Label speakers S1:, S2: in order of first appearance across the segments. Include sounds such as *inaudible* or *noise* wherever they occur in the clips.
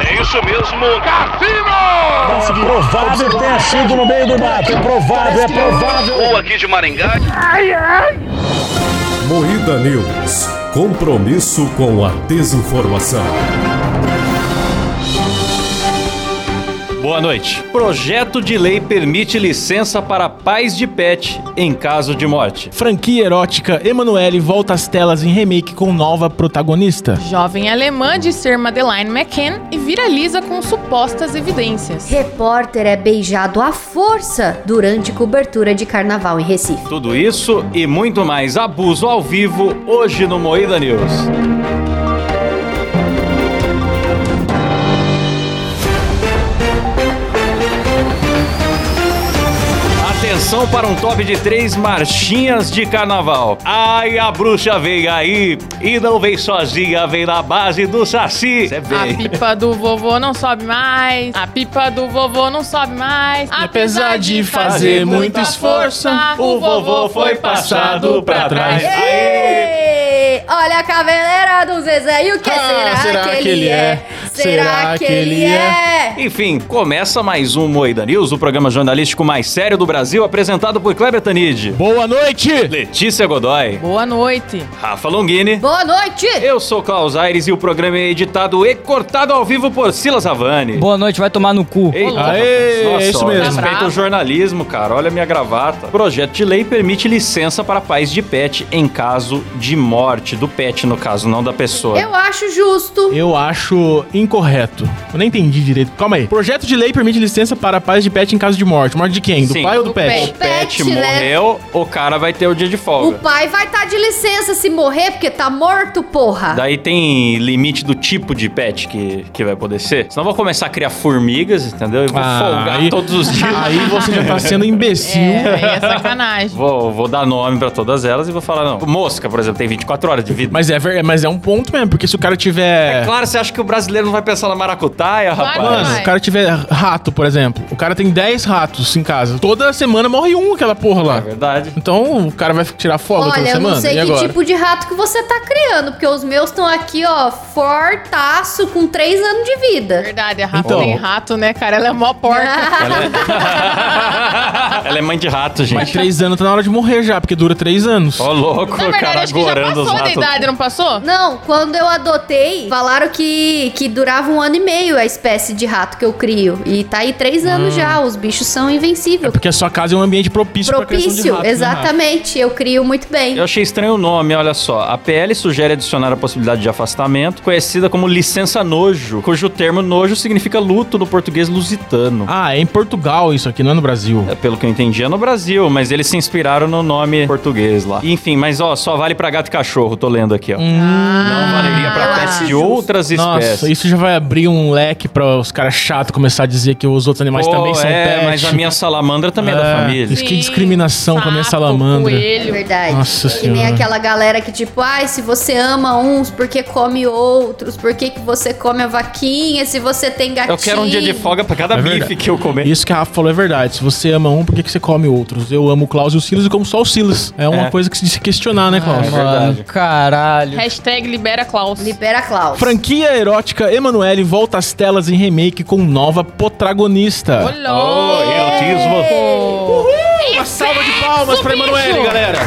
S1: É isso mesmo, Cassino!
S2: Mas provável que tenha sido no meio do mato. É provável, é provável.
S1: Ou aqui de Maringá.
S3: Moída News. Compromisso com a desinformação.
S4: Boa noite. Projeto de lei permite licença para pais de pet em caso de morte.
S5: Franquia erótica Emanuele volta às telas em remake com nova protagonista.
S6: Jovem alemã de ser Madeleine McCann e viraliza com supostas evidências.
S7: Repórter é beijado à força durante cobertura de carnaval em Recife.
S4: Tudo isso e muito mais abuso ao vivo hoje no Moída News. Atenção para um top de três marchinhas de carnaval. Ai, a bruxa veio aí e não vem sozinha, vem na base do Saci. Você
S6: A pipa do vovô não sobe mais. A pipa do vovô não sobe mais.
S5: apesar de fazer muito esforço,
S4: O vovô foi passado pra trás. Aê!
S7: Ei, olha a caveleira do Zezé. E o que
S5: Ah,
S7: será, que, ele é? Será que ele é?
S4: Enfim, começa mais um Moeda News, o programa jornalístico mais sério do Brasil, apresentado por Kleber Tanid,
S5: Boa noite!
S4: Letícia Godoy,
S6: Boa noite.
S4: Rafa Longini.
S7: Boa noite!
S4: Eu sou Klaus Aires e o programa é editado e cortado ao vivo por Silas Havani.
S8: Boa noite, vai tomar no cu.
S4: Eita,
S5: Aê,
S4: nossa,
S5: é isso
S4: olha,
S5: mesmo.
S4: Respeita
S6: Bravo.
S4: o jornalismo, cara. Olha a minha gravata. Projeto de lei permite licença para pais de pet em caso de morte do pet, no caso, não da pessoa.
S7: Eu acho justo.
S5: Eu acho incorreto. Eu não entendi direito. Calma aí. Projeto de lei permite licença para pais de pet em caso de morte. Morte de quem? Do
S4: Sim.
S5: pai ou do,
S6: Do
S5: pet?
S4: O pet
S7: Pet, né?
S4: morreu, o cara vai ter o dia de
S7: O
S4: folga.
S7: pai vai estar de licença se morrer, porque tá morto,
S6: Ah.
S7: porra.
S4: Daí tem limite do tipo de pet que, que vai poder ser. Senão eu vou começar a criar formigas, entendeu? E vou
S5: Ah,
S4: folgar
S5: aí-
S4: todos os dias.
S5: *laughs* Aí você já tá
S4: *laughs*
S5: sendo imbecil.
S6: É, aí é sacanagem.
S4: Vou, vou dar nome pra todas elas e vou falar, não. Mosca, por exemplo, tem 24 horas de vida.
S5: Mas, é ver- mas é um ponto mesmo, porque se o cara tiver.
S4: Claro, você acha que o brasileiro não vai pensar na maracutaia,
S6: Claro que
S4: rapaz?
S5: Mano,
S6: Vai.
S5: se o cara tiver rato, por exemplo, o cara tem 10 ratos em casa. Toda semana morre um aquela porra lá.
S4: É *laughs* verdade.
S5: Então o cara vai tirar folga toda
S7: Olha, eu
S5: semana?
S7: não sei
S5: e
S7: que
S5: agora?
S7: tipo de rato que você tá criando, porque os meus estão aqui, ó, fortaço, com três anos de vida.
S6: É Verdade, a Rafa
S5: Então.
S6: tem rato, né, cara? Ela é mó porca.
S4: Ela é *laughs* mãe de rato, *laughs*
S5: Mas
S4: gente.
S5: três anos tá na hora de morrer já, porque dura três anos.
S4: Ó, louco,
S6: Na verdade,
S4: cara,
S6: acho que já
S4: gorando os
S6: passou da
S4: ratos.
S6: idade, não passou?
S7: Não, quando eu adotei, falaram que, que durava um ano e meio a espécie de rato que eu crio. E tá aí três anos já, os bichos são
S5: Hum. É
S7: invencíveis.
S5: porque a sua casa é um ambiente propício, pra criação de
S7: Propício,
S5: rato, né, Rafa?
S7: exatamente, eu crio muito bem.
S4: Eu achei estranho o nome, olha só. A PL sugere adicionar a possibilidade de afastamento, conhecida como licença nojo, cujo termo nojo significa luto no português lusitano.
S5: Ah, é em Portugal isso aqui, não é no Brasil.
S4: É, Pelo que eu entendi, é no Brasil, mas eles se inspiraram no nome português lá. Enfim, mas ó, só vale pra gato e cachorro, tô lendo aqui, ó.
S5: Hum.
S6: Ah.
S4: Não valeria
S5: Ah,
S4: pra
S7: eu
S4: pets
S7: acho
S4: de
S7: justo.
S4: outras
S5: Nossa,
S4: espécies.
S5: isso já vai abrir um leque pra os caras chatos começar a dizer que os outros animais
S4: Pô,
S5: também são
S4: é,
S5: pet.
S4: mas a minha salamandra também é, da família.
S5: Isso que discriminação com a minha
S6: Sapo,
S5: salamandra.
S7: É
S6: Coelho.
S7: verdade.
S5: Nossa
S7: que nem
S5: Senhora.
S7: aquela galera que, tipo, ai, se você ama uns, por que come outros? Por que, que você come a vaquinha? Se você tem gatinho.
S4: Eu quero um dia de folga pra cada
S5: É
S4: bife
S5: verdade.
S4: que eu comer.
S5: Isso que a Rafa falou é verdade. Se você ama um, por que, que você come outros? Eu amo o Klaus e o Silas e como só o Silas. É uma
S4: É.
S5: coisa que se de se questionar, né, Klaus?
S4: é
S8: Mano,
S4: verdade.
S8: caralho.
S6: Hashtag libera Klaus.
S7: Libera Klaus.
S5: Franquia erótica Emanuele volta às telas em remake com nova protagonista.
S4: Oh,
S6: Olô!
S5: Uma salva de palmas pra
S6: bicho!
S5: Emanuele, galera.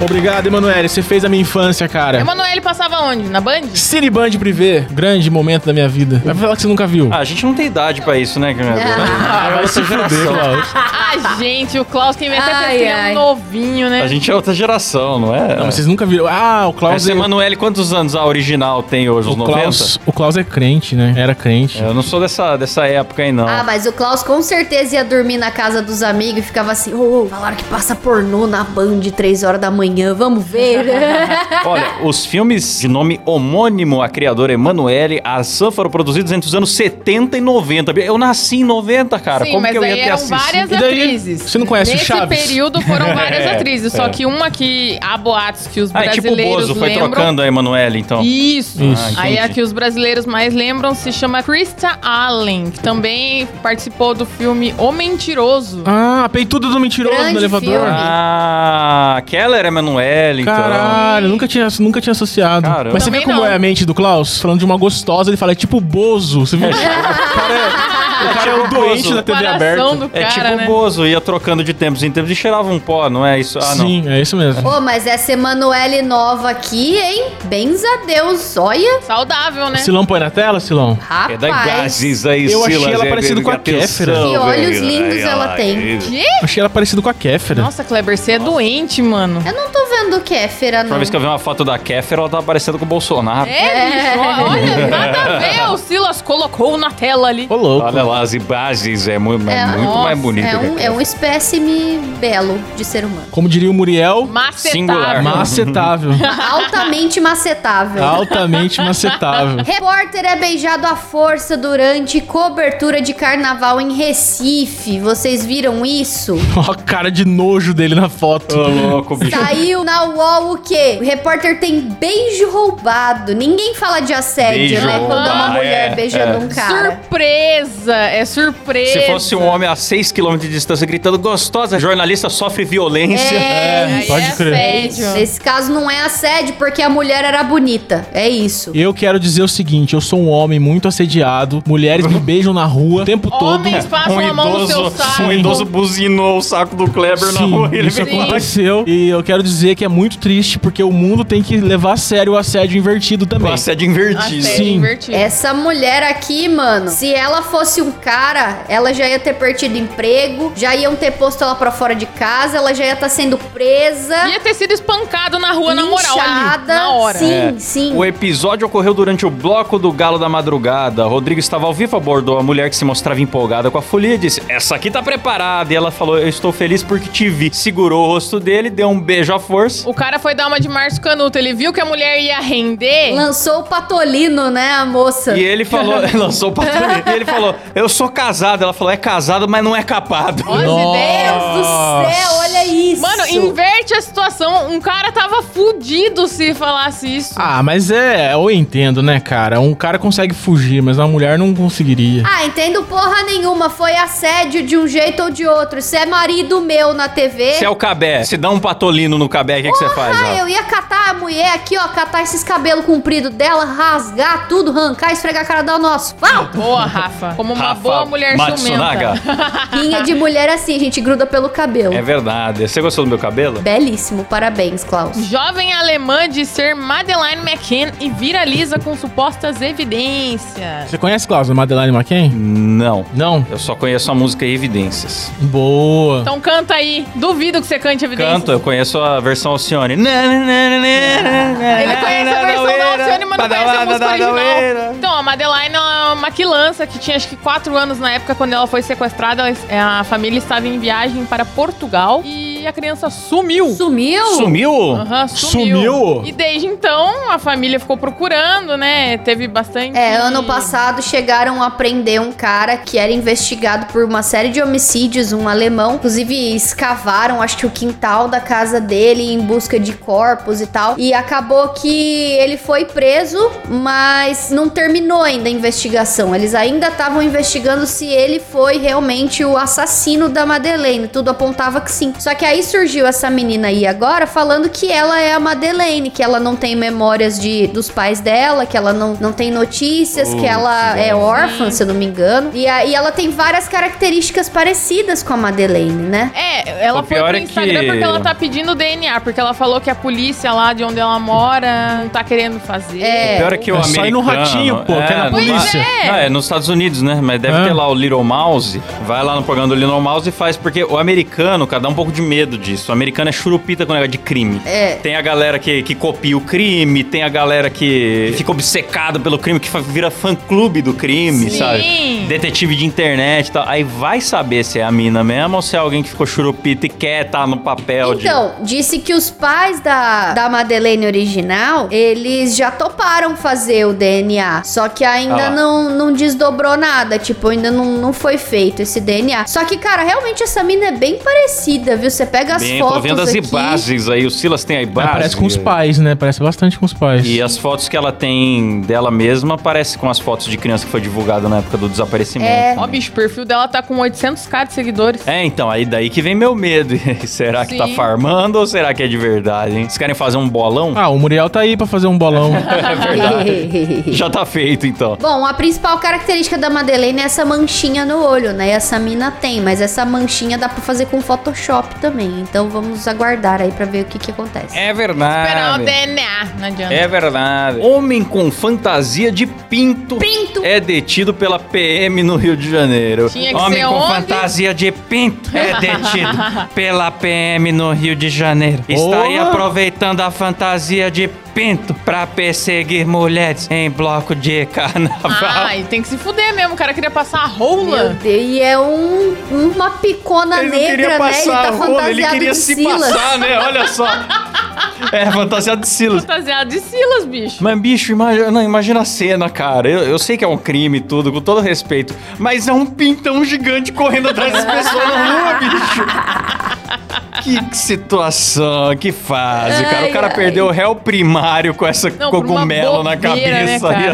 S5: Obrigado, Emanuele. Você fez a minha infância, cara.
S6: Emanuele passava onde? Na Band?
S5: Cineband Privé, grande momento da minha vida. Vai falar que você nunca viu.
S4: Ah, a gente não tem idade pra isso, né,
S6: *laughs*
S4: Guilherme?
S7: Ah,
S4: é outra geração.
S6: Ah, gente, o Klaus tem até
S7: Ai,
S6: que é
S7: ai.
S6: um novinho, né?
S4: A gente é outra geração, não é?
S5: Não, mas vocês nunca viram. Ah, o Klaus
S4: Essa
S5: é...
S4: Emanuele, quantos anos a original tem hoje? Os
S5: O
S4: 90?
S5: Klaus, o Klaus é crente, né? Era crente.
S4: Eu não sou dessa, dessa época aí, não.
S7: Ah, mas o Klaus com certeza ia dormir na casa dos amigos e ficava assim, ô, ô, falaram que passa pornô na Band de 3 horas da manhã,
S4: *laughs*
S7: vamos ver.
S4: *laughs* Olha, os filmes de nome homônimo à criadora Emanuele Assan foram produzidos entre os anos 70 e 90. Eu nasci em 90, cara.
S6: Sim,
S4: Como
S6: mas
S4: que eu ia
S6: aí
S4: ter
S6: eram
S4: assistido?
S6: várias
S5: E daí,
S6: atrizes.
S5: você não conhece o
S6: Nesse
S5: Chaves?
S6: período foram
S4: *laughs*
S6: várias
S4: É,
S6: atrizes,
S4: é.
S6: só que uma que há boatos que os
S4: Ah, é tipo o
S6: brasileiros
S4: Bozo, foi
S6: lembram.
S4: trocando a Emanuele, então.
S6: Isso.
S5: Isso.
S6: Aí a
S4: entendi.
S6: que os brasileiros mais lembram se chama Krista Allen, que também participou do filme O Mentiroso.
S5: Ah, peitudo do mentiroso
S7: Grande
S5: no elevador.
S7: filme.
S4: Ah, aquela era Herman Wellington.
S5: Caralho, nunca tinha, nunca tinha associado.
S4: Caramba.
S5: Mas você vê
S6: Também
S5: como
S6: não.
S5: é a mente do Klaus? Falando de uma gostosa, ele fala, é tipo Bozo. Você viu? o cara
S6: *laughs*
S5: é, o cara é o
S4: tipo
S5: doente
S4: Bozo.
S5: da TV
S6: Comparação
S5: aberta.
S6: do
S4: É
S6: cara,
S4: tipo
S6: né?
S4: o Bozo, ia trocando de tempos em tempos e cheirava um pó, não é isso? Ah, não.
S5: Sim, é isso mesmo.
S7: Ô, mas essa Emanuele nova aqui, hein? Benza a Deus, olha.
S6: Saudável, né?
S5: Silão põe na tela, Silão?
S4: É da
S7: Rapaz.
S4: Gases aí,
S5: Eu achei
S4: Silas,
S5: ela
S4: é,
S5: parecida com a
S4: atenção,
S5: Kéfera.
S7: Que olhos
S4: velho,
S7: lindos
S4: aí,
S7: ela
S4: ó,
S7: tem.
S4: aí.
S6: Que?
S5: Achei ela parecida com a Kéfera.
S6: Nossa, Kleber, você é doente, mano.
S7: eu não tô vendo o que é, Fera,
S4: Uma
S7: não.
S4: vez que eu tá vi uma foto da Kéfera, ela tá parecendo com o Bolsonaro.
S6: É, bicho, ó, olha, nada a ver. O Silas colocou na tela ali.
S5: Ô, louco.
S4: Olha lá, as bases é muito, é, muito
S6: nossa,
S4: mais bonito.
S7: É
S4: que a
S7: um, é um espécime belo de
S4: *laughs*
S7: ser humano.
S5: Como diria o Muriel,
S4: Singular.
S6: Macetável.
S5: macetável.
S6: *laughs*
S7: Altamente macetável.
S5: Altamente
S6: *laughs*
S5: macetável.
S7: Repórter é beijado à força durante cobertura de carnaval em Recife. Vocês viram isso?
S5: Ó a cara de nojo dele na foto.
S7: é um
S4: Ô, louco, bicho.
S7: *laughs* Saiu na UOL o quê? O repórter tem beijo roubado. Ninguém fala de assédio,
S4: Beijo
S7: né? Quando é uma
S4: roubado,
S7: mulher
S4: é,
S7: beijando
S4: é.
S7: um cara.
S6: Surpresa! É surpresa.
S4: Se fosse um homem a 6km de distância gritando gostosa, jornalista sofre violência.
S7: É,
S6: Aí
S5: Pode
S6: é
S5: crer.
S6: assédio.
S7: Nesse caso não é assédio porque a mulher era bonita. É isso.
S5: Eu quero dizer o seguinte, eu sou um homem muito assediado, mulheres me beijam na rua o tempo todo.
S6: Homens passam a mão no seu saco.
S4: um idoso buzinou o saco do Kleber na
S5: Sim,
S4: rua. Ele
S5: isso é
S4: ficou-
S6: Sim.
S5: aconteceu e eu quero dizer que é muito triste porque o mundo tem que levar a sério o assédio invertido também.
S4: Nossa, é de invertido.
S6: Assédio
S5: Sim.
S6: invertido.
S7: Essa mulher aqui, mano, se ela fosse um cara, ela já ia ter perdido emprego, já iam ter posto ela pra fora de casa, ela já ia estar sendo presa,
S6: Ia ter sido espancado na rua, na moral, ali,
S7: linchada.
S6: na hora.
S7: Sim,
S4: É.
S7: sim.
S4: O episódio ocorreu durante o bloco do Galo da Madrugada. Rodrigo estava ao vivo, abordou a mulher que se mostrava empolgada com a folia e disse: Essa aqui tá preparada. E ela falou: Eu estou feliz porque te vi. Segurou o rosto dele, deu um beijo à força.
S6: O cara foi dar uma de Márcio Canuto. Ele viu que a mulher ia render.
S7: Lançou o patolino, né, a moça.
S4: E ele
S6: *laughs*
S4: falou, lançou o patrulho. E ele falou: Eu sou casado. Ela falou: É casado, mas não é capado.
S6: Olha as
S5: Nossa.
S6: ideias.
S7: Meu Deus do céu, olha isso.
S6: Mano, inverte a situação. Um cara tava fudido se falasse isso.
S5: Ah, mas é, eu entendo, né, cara? Um cara consegue fugir, mas uma mulher não conseguiria.
S7: Ah, entendo porra nenhuma. Foi assédio de um jeito ou de outro. Se é marido meu na TV.
S4: Se é o cabé, se dá um patolino no cabé, o que, que você faz?
S7: Ah,
S4: Rafa?
S7: eu ia catar a mulher aqui, ó, catar esses cabelos compridos dela, rasgar tudo, arrancar, esfregar a cara dela
S4: *laughs*
S7: no asfalto.
S6: Boa, Rafa. Como uma
S4: Rafa
S6: boa mulher
S4: Matsunaga.
S6: ciumenta.
S7: Rinha de mulher assim, a gente gruda pelo cabelo.
S4: É verdade. Você gostou do meu cabelo?
S7: Belíssimo, parabéns, Klaus.
S6: Jovem alemã de ser Madeleine McCann e viraliza com supostas evidências.
S5: Você conhece, Klaus, a Madeleine McCain?
S4: Não.
S5: Não?
S4: Eu só conheço a música Evidências.
S5: Boa.
S6: Então canta aí. Duvido que você cante evidências.
S4: Canto, eu conheço a versão Alcione. Ele
S6: Ele conhece a versão da Alcione, mas não conhece a música original. Então, a Madeline é uma maquilança que tinha acho que 4 anos na época quando ela foi sequestrada. Ela- A família estava em viagem para Portugal e a criança sumiu.
S7: Sumiu?
S4: Sumiu?
S6: Aham, sumiu.
S5: Sumiu?
S6: E desde então a família ficou procurando, né? Teve bastante.
S7: É, ano passado chegaram a prender um cara que era investigado por uma série de homicídios, um alemão. Inclusive, escavaram, acho que o quintal da casa dele em busca de corpos e tal. E acabou que ele foi preso, mas não terminou ainda a investigação. Eles ainda estavam investigando se ele foi realmente o assassino da Madeleine. Tudo apontava que sim. Só que aí surgiu essa menina aí agora falando que ela é a Madeleine, que ela não tem memórias de, dos pais dela, que ela não, não tem notícias, que ela é órfã, se eu não me engano. E aí ela tem várias características parecidas com a Madeleine, né?
S6: É, ela
S4: O
S6: foi
S4: pior
S6: pro
S4: é que-
S6: Instagram porque ela tá pedindo DNA, porque ela falou que a polícia lá de onde ela mora não tá querendo fazer.
S7: É.
S4: Pior é que o
S5: É só
S4: americano...
S5: ir no ratinho, pô, que é na
S4: não-
S5: polícia.
S6: Pois é.
S4: Ah, é nos Estados Unidos, né? Mas deve
S5: É.
S4: ter lá o Little Mouse. Vai lá no programa do Little Mouse e faz, porque o americano, cara, dá um pouco de medo disso. O americano é churupita com o negócio de crime.
S7: É.
S4: Tem a galera que, que copia o crime, tem a galera que fica obcecada pelo crime, que fa- vira fã-clube do crime,
S6: Sim.
S4: sabe? Detetive de internet e tal. Aí vai saber se é a mina mesmo ou se é alguém que ficou churupita e quer tá no papel de...
S7: Então, disse que os pais da, da Madeleine original, eles já toparam fazer o DNA. Só que ainda
S4: Ah lá.
S7: não, não desdobrou nada. Tipo, ainda não, não foi feito esse DNA. Só que, cara, realmente essa mina é bem parecida, viu? Você pega as
S4: Bem,
S7: fotos
S4: tô vendo as
S7: aqui.
S4: imagens aí. O Silas tem a
S5: Ah,
S4: imagem.
S5: parece com os pais, né? Parece bastante com os pais.
S4: E as fotos que ela tem dela mesma parecem com as fotos de criança que foi divulgada na época do desaparecimento.
S7: É.
S6: Ó, bicho, o perfil dela tá com 800k de seguidores.
S4: É, então, aí daí que vem meu medo. *laughs* será que tá
S6: Sim.
S4: farmando ou será que é de verdade, hein? Vocês querem fazer um bolão?
S5: Ah, o Muriel tá aí pra fazer um bolão.
S4: é verdade.
S7: *laughs*
S4: Já tá feito, então.
S7: Bom, a principal característica da Madeleine é essa manchinha no olho, né? Essa mina tem, mas essa manchinha dá pra fazer com Photoshop também. Então vamos aguardar aí pra ver o que que acontece.
S4: É
S6: Esperar o
S4: verdade.
S6: DNA, não adianta.
S4: É verdade. Homem com fantasia de pinto.
S7: Pinto!
S4: É detido pela PM no Rio de Janeiro.
S6: Tinha que
S4: Homem
S6: ser
S4: com
S6: onde?
S4: fantasia de pinto é *laughs* detido pela PM no Rio de Janeiro. Estaria
S5: Boa.
S4: aproveitando a fantasia de pinto pra perseguir mulheres em bloco de carnaval.
S6: Ai, tem que se fuder mesmo. O cara queria passar a
S7: Meu
S6: rola.
S7: Deus, e é um, uma picona
S4: Ele não
S7: negra,
S4: queria
S7: né? Ele
S4: passar
S7: tá
S4: a rola, ele
S7: fantasiado
S4: queria
S7: de
S4: se
S7: Silas.
S4: passar, né? Olha só. *laughs* É, fantasia de Silas.
S6: Fantasiado de Silas, bicho.
S4: Mas, bicho, imagina, não, imagina a cena, cara. Eu, eu sei que é um crime e tudo, com todo respeito. Mas é um pintão gigante correndo atrás das pessoas na rua, bicho.
S6: *laughs*
S4: Que situação, que fase, cara.
S7: Ai,
S4: O cara
S7: ai.
S4: perdeu o réu primário com essa
S6: Não, por uma
S4: cogumelo na
S6: bobeira, né,
S4: cabeça. aí.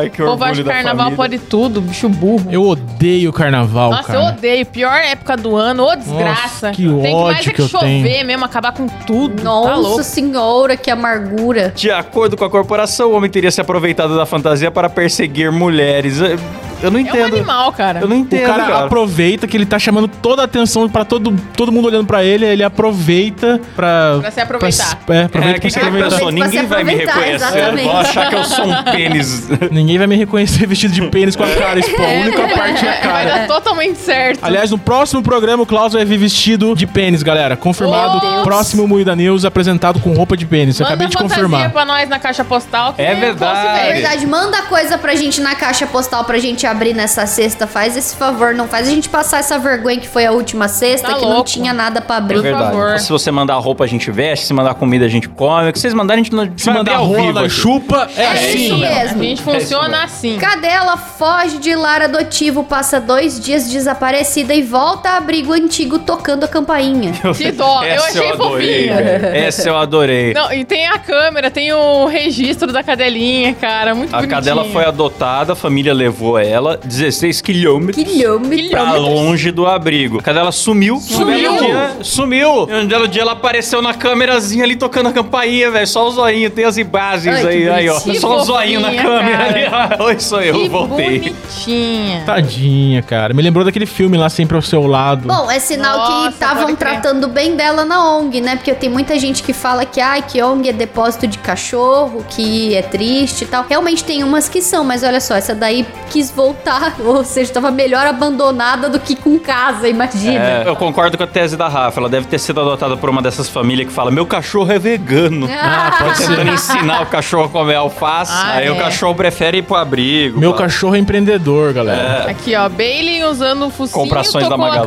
S4: Ai, que orgulho
S6: O povo acha que
S4: da
S6: carnaval
S4: família.
S6: pode tudo, bicho burro.
S5: Eu odeio carnaval,
S6: Nossa,
S5: cara.
S6: eu odeio. Pior época do ano, ô desgraça.
S5: Nossa, que
S6: Tem que mais
S5: ódio
S6: é
S5: que
S6: que
S5: eu
S6: chover
S5: tenho.
S6: mesmo, acabar com tudo. tá
S7: Nossa
S6: louco.
S7: senhora, que amargura.
S4: De acordo com a corporação, o homem teria se aproveitado da fantasia para perseguir mulheres. Eu, eu não
S6: É um
S4: entendo.
S6: animal, cara.
S4: eu não
S5: O
S4: entendo,
S5: cara,
S4: cara.
S5: aproveita que ele tá chamando toda a atenção pra todo, todo mundo olhando pra ele, ele aproveita pra.
S6: Pra se aproveitar.
S5: pra se- é, aproveita
S4: É,
S5: pra
S4: que
S5: se
S4: que ele
S5: aproveitar.
S4: pensou?
S7: Aproveita pra se
S4: Ninguém vai me
S7: aproveitar,
S4: reconhecer.
S7: exatamente.
S4: Vão achar que eu sou um pênis.
S5: Ninguém vai me reconhecer *laughs* vestido de pênis com a cara exposta. A única parte é a
S6: Vai
S5: cara.
S6: dar totalmente certo.
S5: Aliás, no próximo programa, o Klaus vai vir vestido de pênis, galera. Confirmado.
S6: Meu Deus.
S5: próximo Moída News apresentado com roupa de pênis. Eu
S6: Manda
S5: acabei de
S6: fantasia
S5: confirmar.
S6: pra nós na caixa postal. que
S4: É
S6: eu
S4: verdade.
S6: posso
S7: É
S6: ver.
S7: verdade, manda coisa pra gente na caixa postal pra gente abrir nessa sexta. Faz esse favor, não faz a gente passar essa vergonha que foi a última sexta,
S6: Tá
S7: que não
S6: louco.
S7: tinha nada pra abrir.
S6: É verdade. favor.
S4: Se você mandar roupa, a gente veste. Se mandar comida, a gente come. O que vocês mandarem, a gente não
S5: Se mandar
S4: ao
S5: rola,
S4: vivo
S5: nós
S4: aqui.
S5: chupa. É,
S7: É
S5: assim.
S7: isso
S6: A
S7: mesmo.
S6: gente funciona assim.
S7: Cadela foge de lar adotivo, passa dois dias desaparecida e volta a abrigo antigo tocando a campainha.
S6: Que dó. Eu
S4: Essa
S6: achei
S4: eu adorei,
S6: fofinho.
S4: velho. É Essa eu adorei.
S6: Não, e tem a câmera, tem o registro da cadelinha, cara. Muito
S4: a
S6: bonitinho.
S4: cadela foi adotada, a família levou ela 16 quilômetros.
S7: Quilômetro.
S4: Pra Tá longe do abrigo. A cadela sumiu.
S7: Sumiu.
S4: Um belo dia, sumiu. E um belo dia ela apareceu na câmerazinha ali tocando a campainha, velho. Só o zoinho, tem as imagens
S7: Ai, que
S4: aí, aí, ó.
S7: bonitinho.
S4: Só o zoinho na
S6: Fofinha,
S4: câmera ali.
S6: cara.
S4: *laughs* Oi, sou eu,
S6: que
S4: voltei. Tá.
S6: bonitinha.
S5: Tadinha, cara. Me lembrou daquele filme lá sempre ao seu lado.
S7: Bom, é sinal
S6: Nossa,
S7: que estavam
S6: pode crer.
S7: tratando bem dela na ONG, né? Porque tem muita gente que fala que, ai, que ONG é depósito de cachorro, que é triste e tal. Realmente tem umas que são, mas olha só, essa daí quis voltar, *laughs* ou seja, tava melhor abandonada do que com casa, imagina.
S4: É, eu concordo com a tese da Rafa. Ela deve ter sido adotada por uma dessas famílias que fala: meu cachorro é vegano.
S7: Ah,
S4: pode ser. Tentando ensinar o cachorro a comer alface.
S6: Ah,
S4: aí
S6: é.
S4: o cachorro prefere ir pro abrigo.
S5: Meu
S4: pra-
S5: cachorro é empreendedor,
S4: É.
S5: galera.
S6: Aqui, ó, Bailey usando o focinho,
S4: Comprações da
S6: tocou a
S4: Magalu.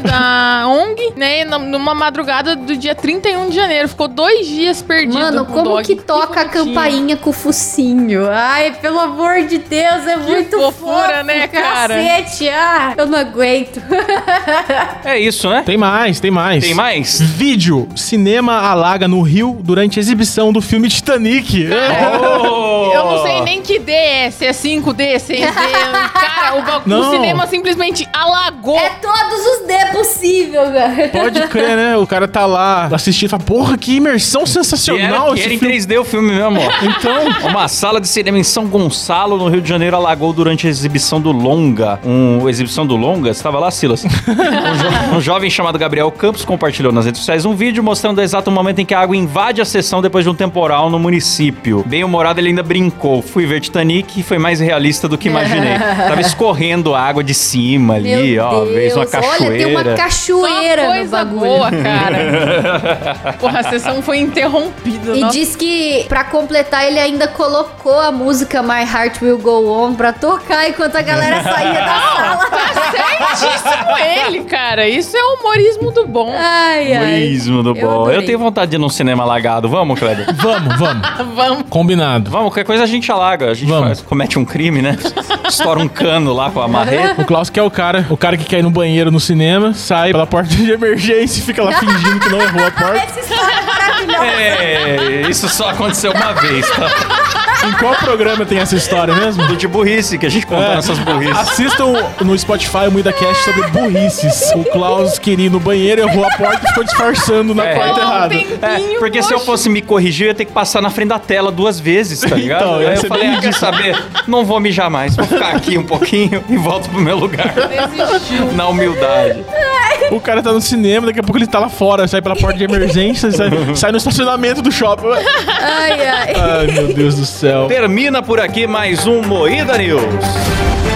S4: *laughs*
S6: da ONG, né, na- numa madrugada do dia 31 de janeiro. Ficou dois dias perdido
S7: Mano,
S6: com o
S7: como
S6: dog.
S7: que toca a
S6: bonitinho.
S7: campainha com o focinho? Ai, pelo amor de Deus, é muito
S6: fofura,
S7: fofo,
S6: né, cara?
S7: Cacete, ah, eu não aguento.
S4: É isso, né?
S5: Tem mais, tem mais.
S4: Tem mais?
S5: Vídeo. Cinema alaga no Rio durante a exibição do filme Titanic. É,
S4: Oh!
S6: *laughs* Eu não sei nem que D é, se é 5D, 6D.
S7: *laughs*
S6: cara, o, ba- o
S5: Não.
S6: cinema simplesmente alagou.
S7: É todos os D possível, cara.
S5: Pode crer, né? O cara tá lá assistindo e fala, porra, que imersão
S4: E era,
S5: sensacional
S4: e era
S5: esse
S4: em
S5: filme.
S4: 3D o filme mesmo, *laughs* ó.
S5: Então,
S4: Uma sala de cinema em São Gonçalo, no Rio de Janeiro, alagou durante a exibição do Longa. Um exibição do Longa? Você estava lá, Silas? Um, jo- um jovem chamado Gabriel Campos compartilhou nas redes sociais um vídeo mostrando o exato momento em que a água invade a sessão depois de um temporal no município. Bem humorado, ele ainda brincou. Fui ver Titanic e foi mais realista do que imaginei. Tava escorrendo água de cima ali,
S7: *laughs* Meu
S4: ó. Vez uma
S7: Deus, Olha, tem
S4: cachoeira.
S7: uma
S6: Só
S7: cachoeira no
S6: coisa
S7: bagulho.
S6: boa, cara.
S4: *laughs*
S6: Porra, a sessão foi interrompida.
S7: E
S6: nossa.
S7: diz que, pra completar, ele ainda colocou a música My Heart Will Go On pra tocar enquanto a galera saía
S6: *laughs*
S7: da sala.
S6: Tá Certíssimo ele, cara. Isso é humorismo do bom.
S7: Ai, ai.
S4: Humorismo do
S7: Eu
S4: bom. Eu,
S7: adorei.
S4: tenho vontade de ir num cinema alagado. Vamos, Kleber?
S5: vamos, vamos.
S7: Ah,
S6: Vamos.
S5: Combinado.
S4: Vamos, qualquer coisa a gente alaga. A gente
S5: Vamos.
S4: faz- comete um crime, né? estoura um cano lá com a
S5: *laughs*
S4: marreta.
S5: O Klaus que é o cara, o cara que quer ir no banheiro no cinema, sai pela porta de emergência e fica lá fingindo que não errou a porta.
S7: Essa história é maravilhosa.
S4: É, isso só aconteceu uma vez, tá?
S5: Em qual programa tem essa história mesmo?
S4: Do de burrice, que a gente conta
S5: É.
S4: nossas burrices.
S5: Assistam no Spotify o MuidaCast sobre burrices. O Klaus queria ir no banheiro, errou a porta e ficou disfarçando na
S4: É.
S6: um
S5: porta errada.
S4: É, porque se eu fosse me corrigir, eu ia ter que passar na frente da tela duas vezes, tá ligado?
S5: Então, ia
S4: Aí eu
S5: ser
S4: falei,
S5: bem
S4: ah, quer saber? Não vou mijar mais, vou ficar aqui um pouquinho e volto pro meu lugar. Na humildade.
S5: O cara tá no cinema, daqui a pouco ele tá lá fora, sai pela porta de emergência, sai, sai no estacionamento do shopping.
S7: Ai, ai.
S5: Ai, meu Deus do céu.
S4: Termina por aqui mais um Moída News.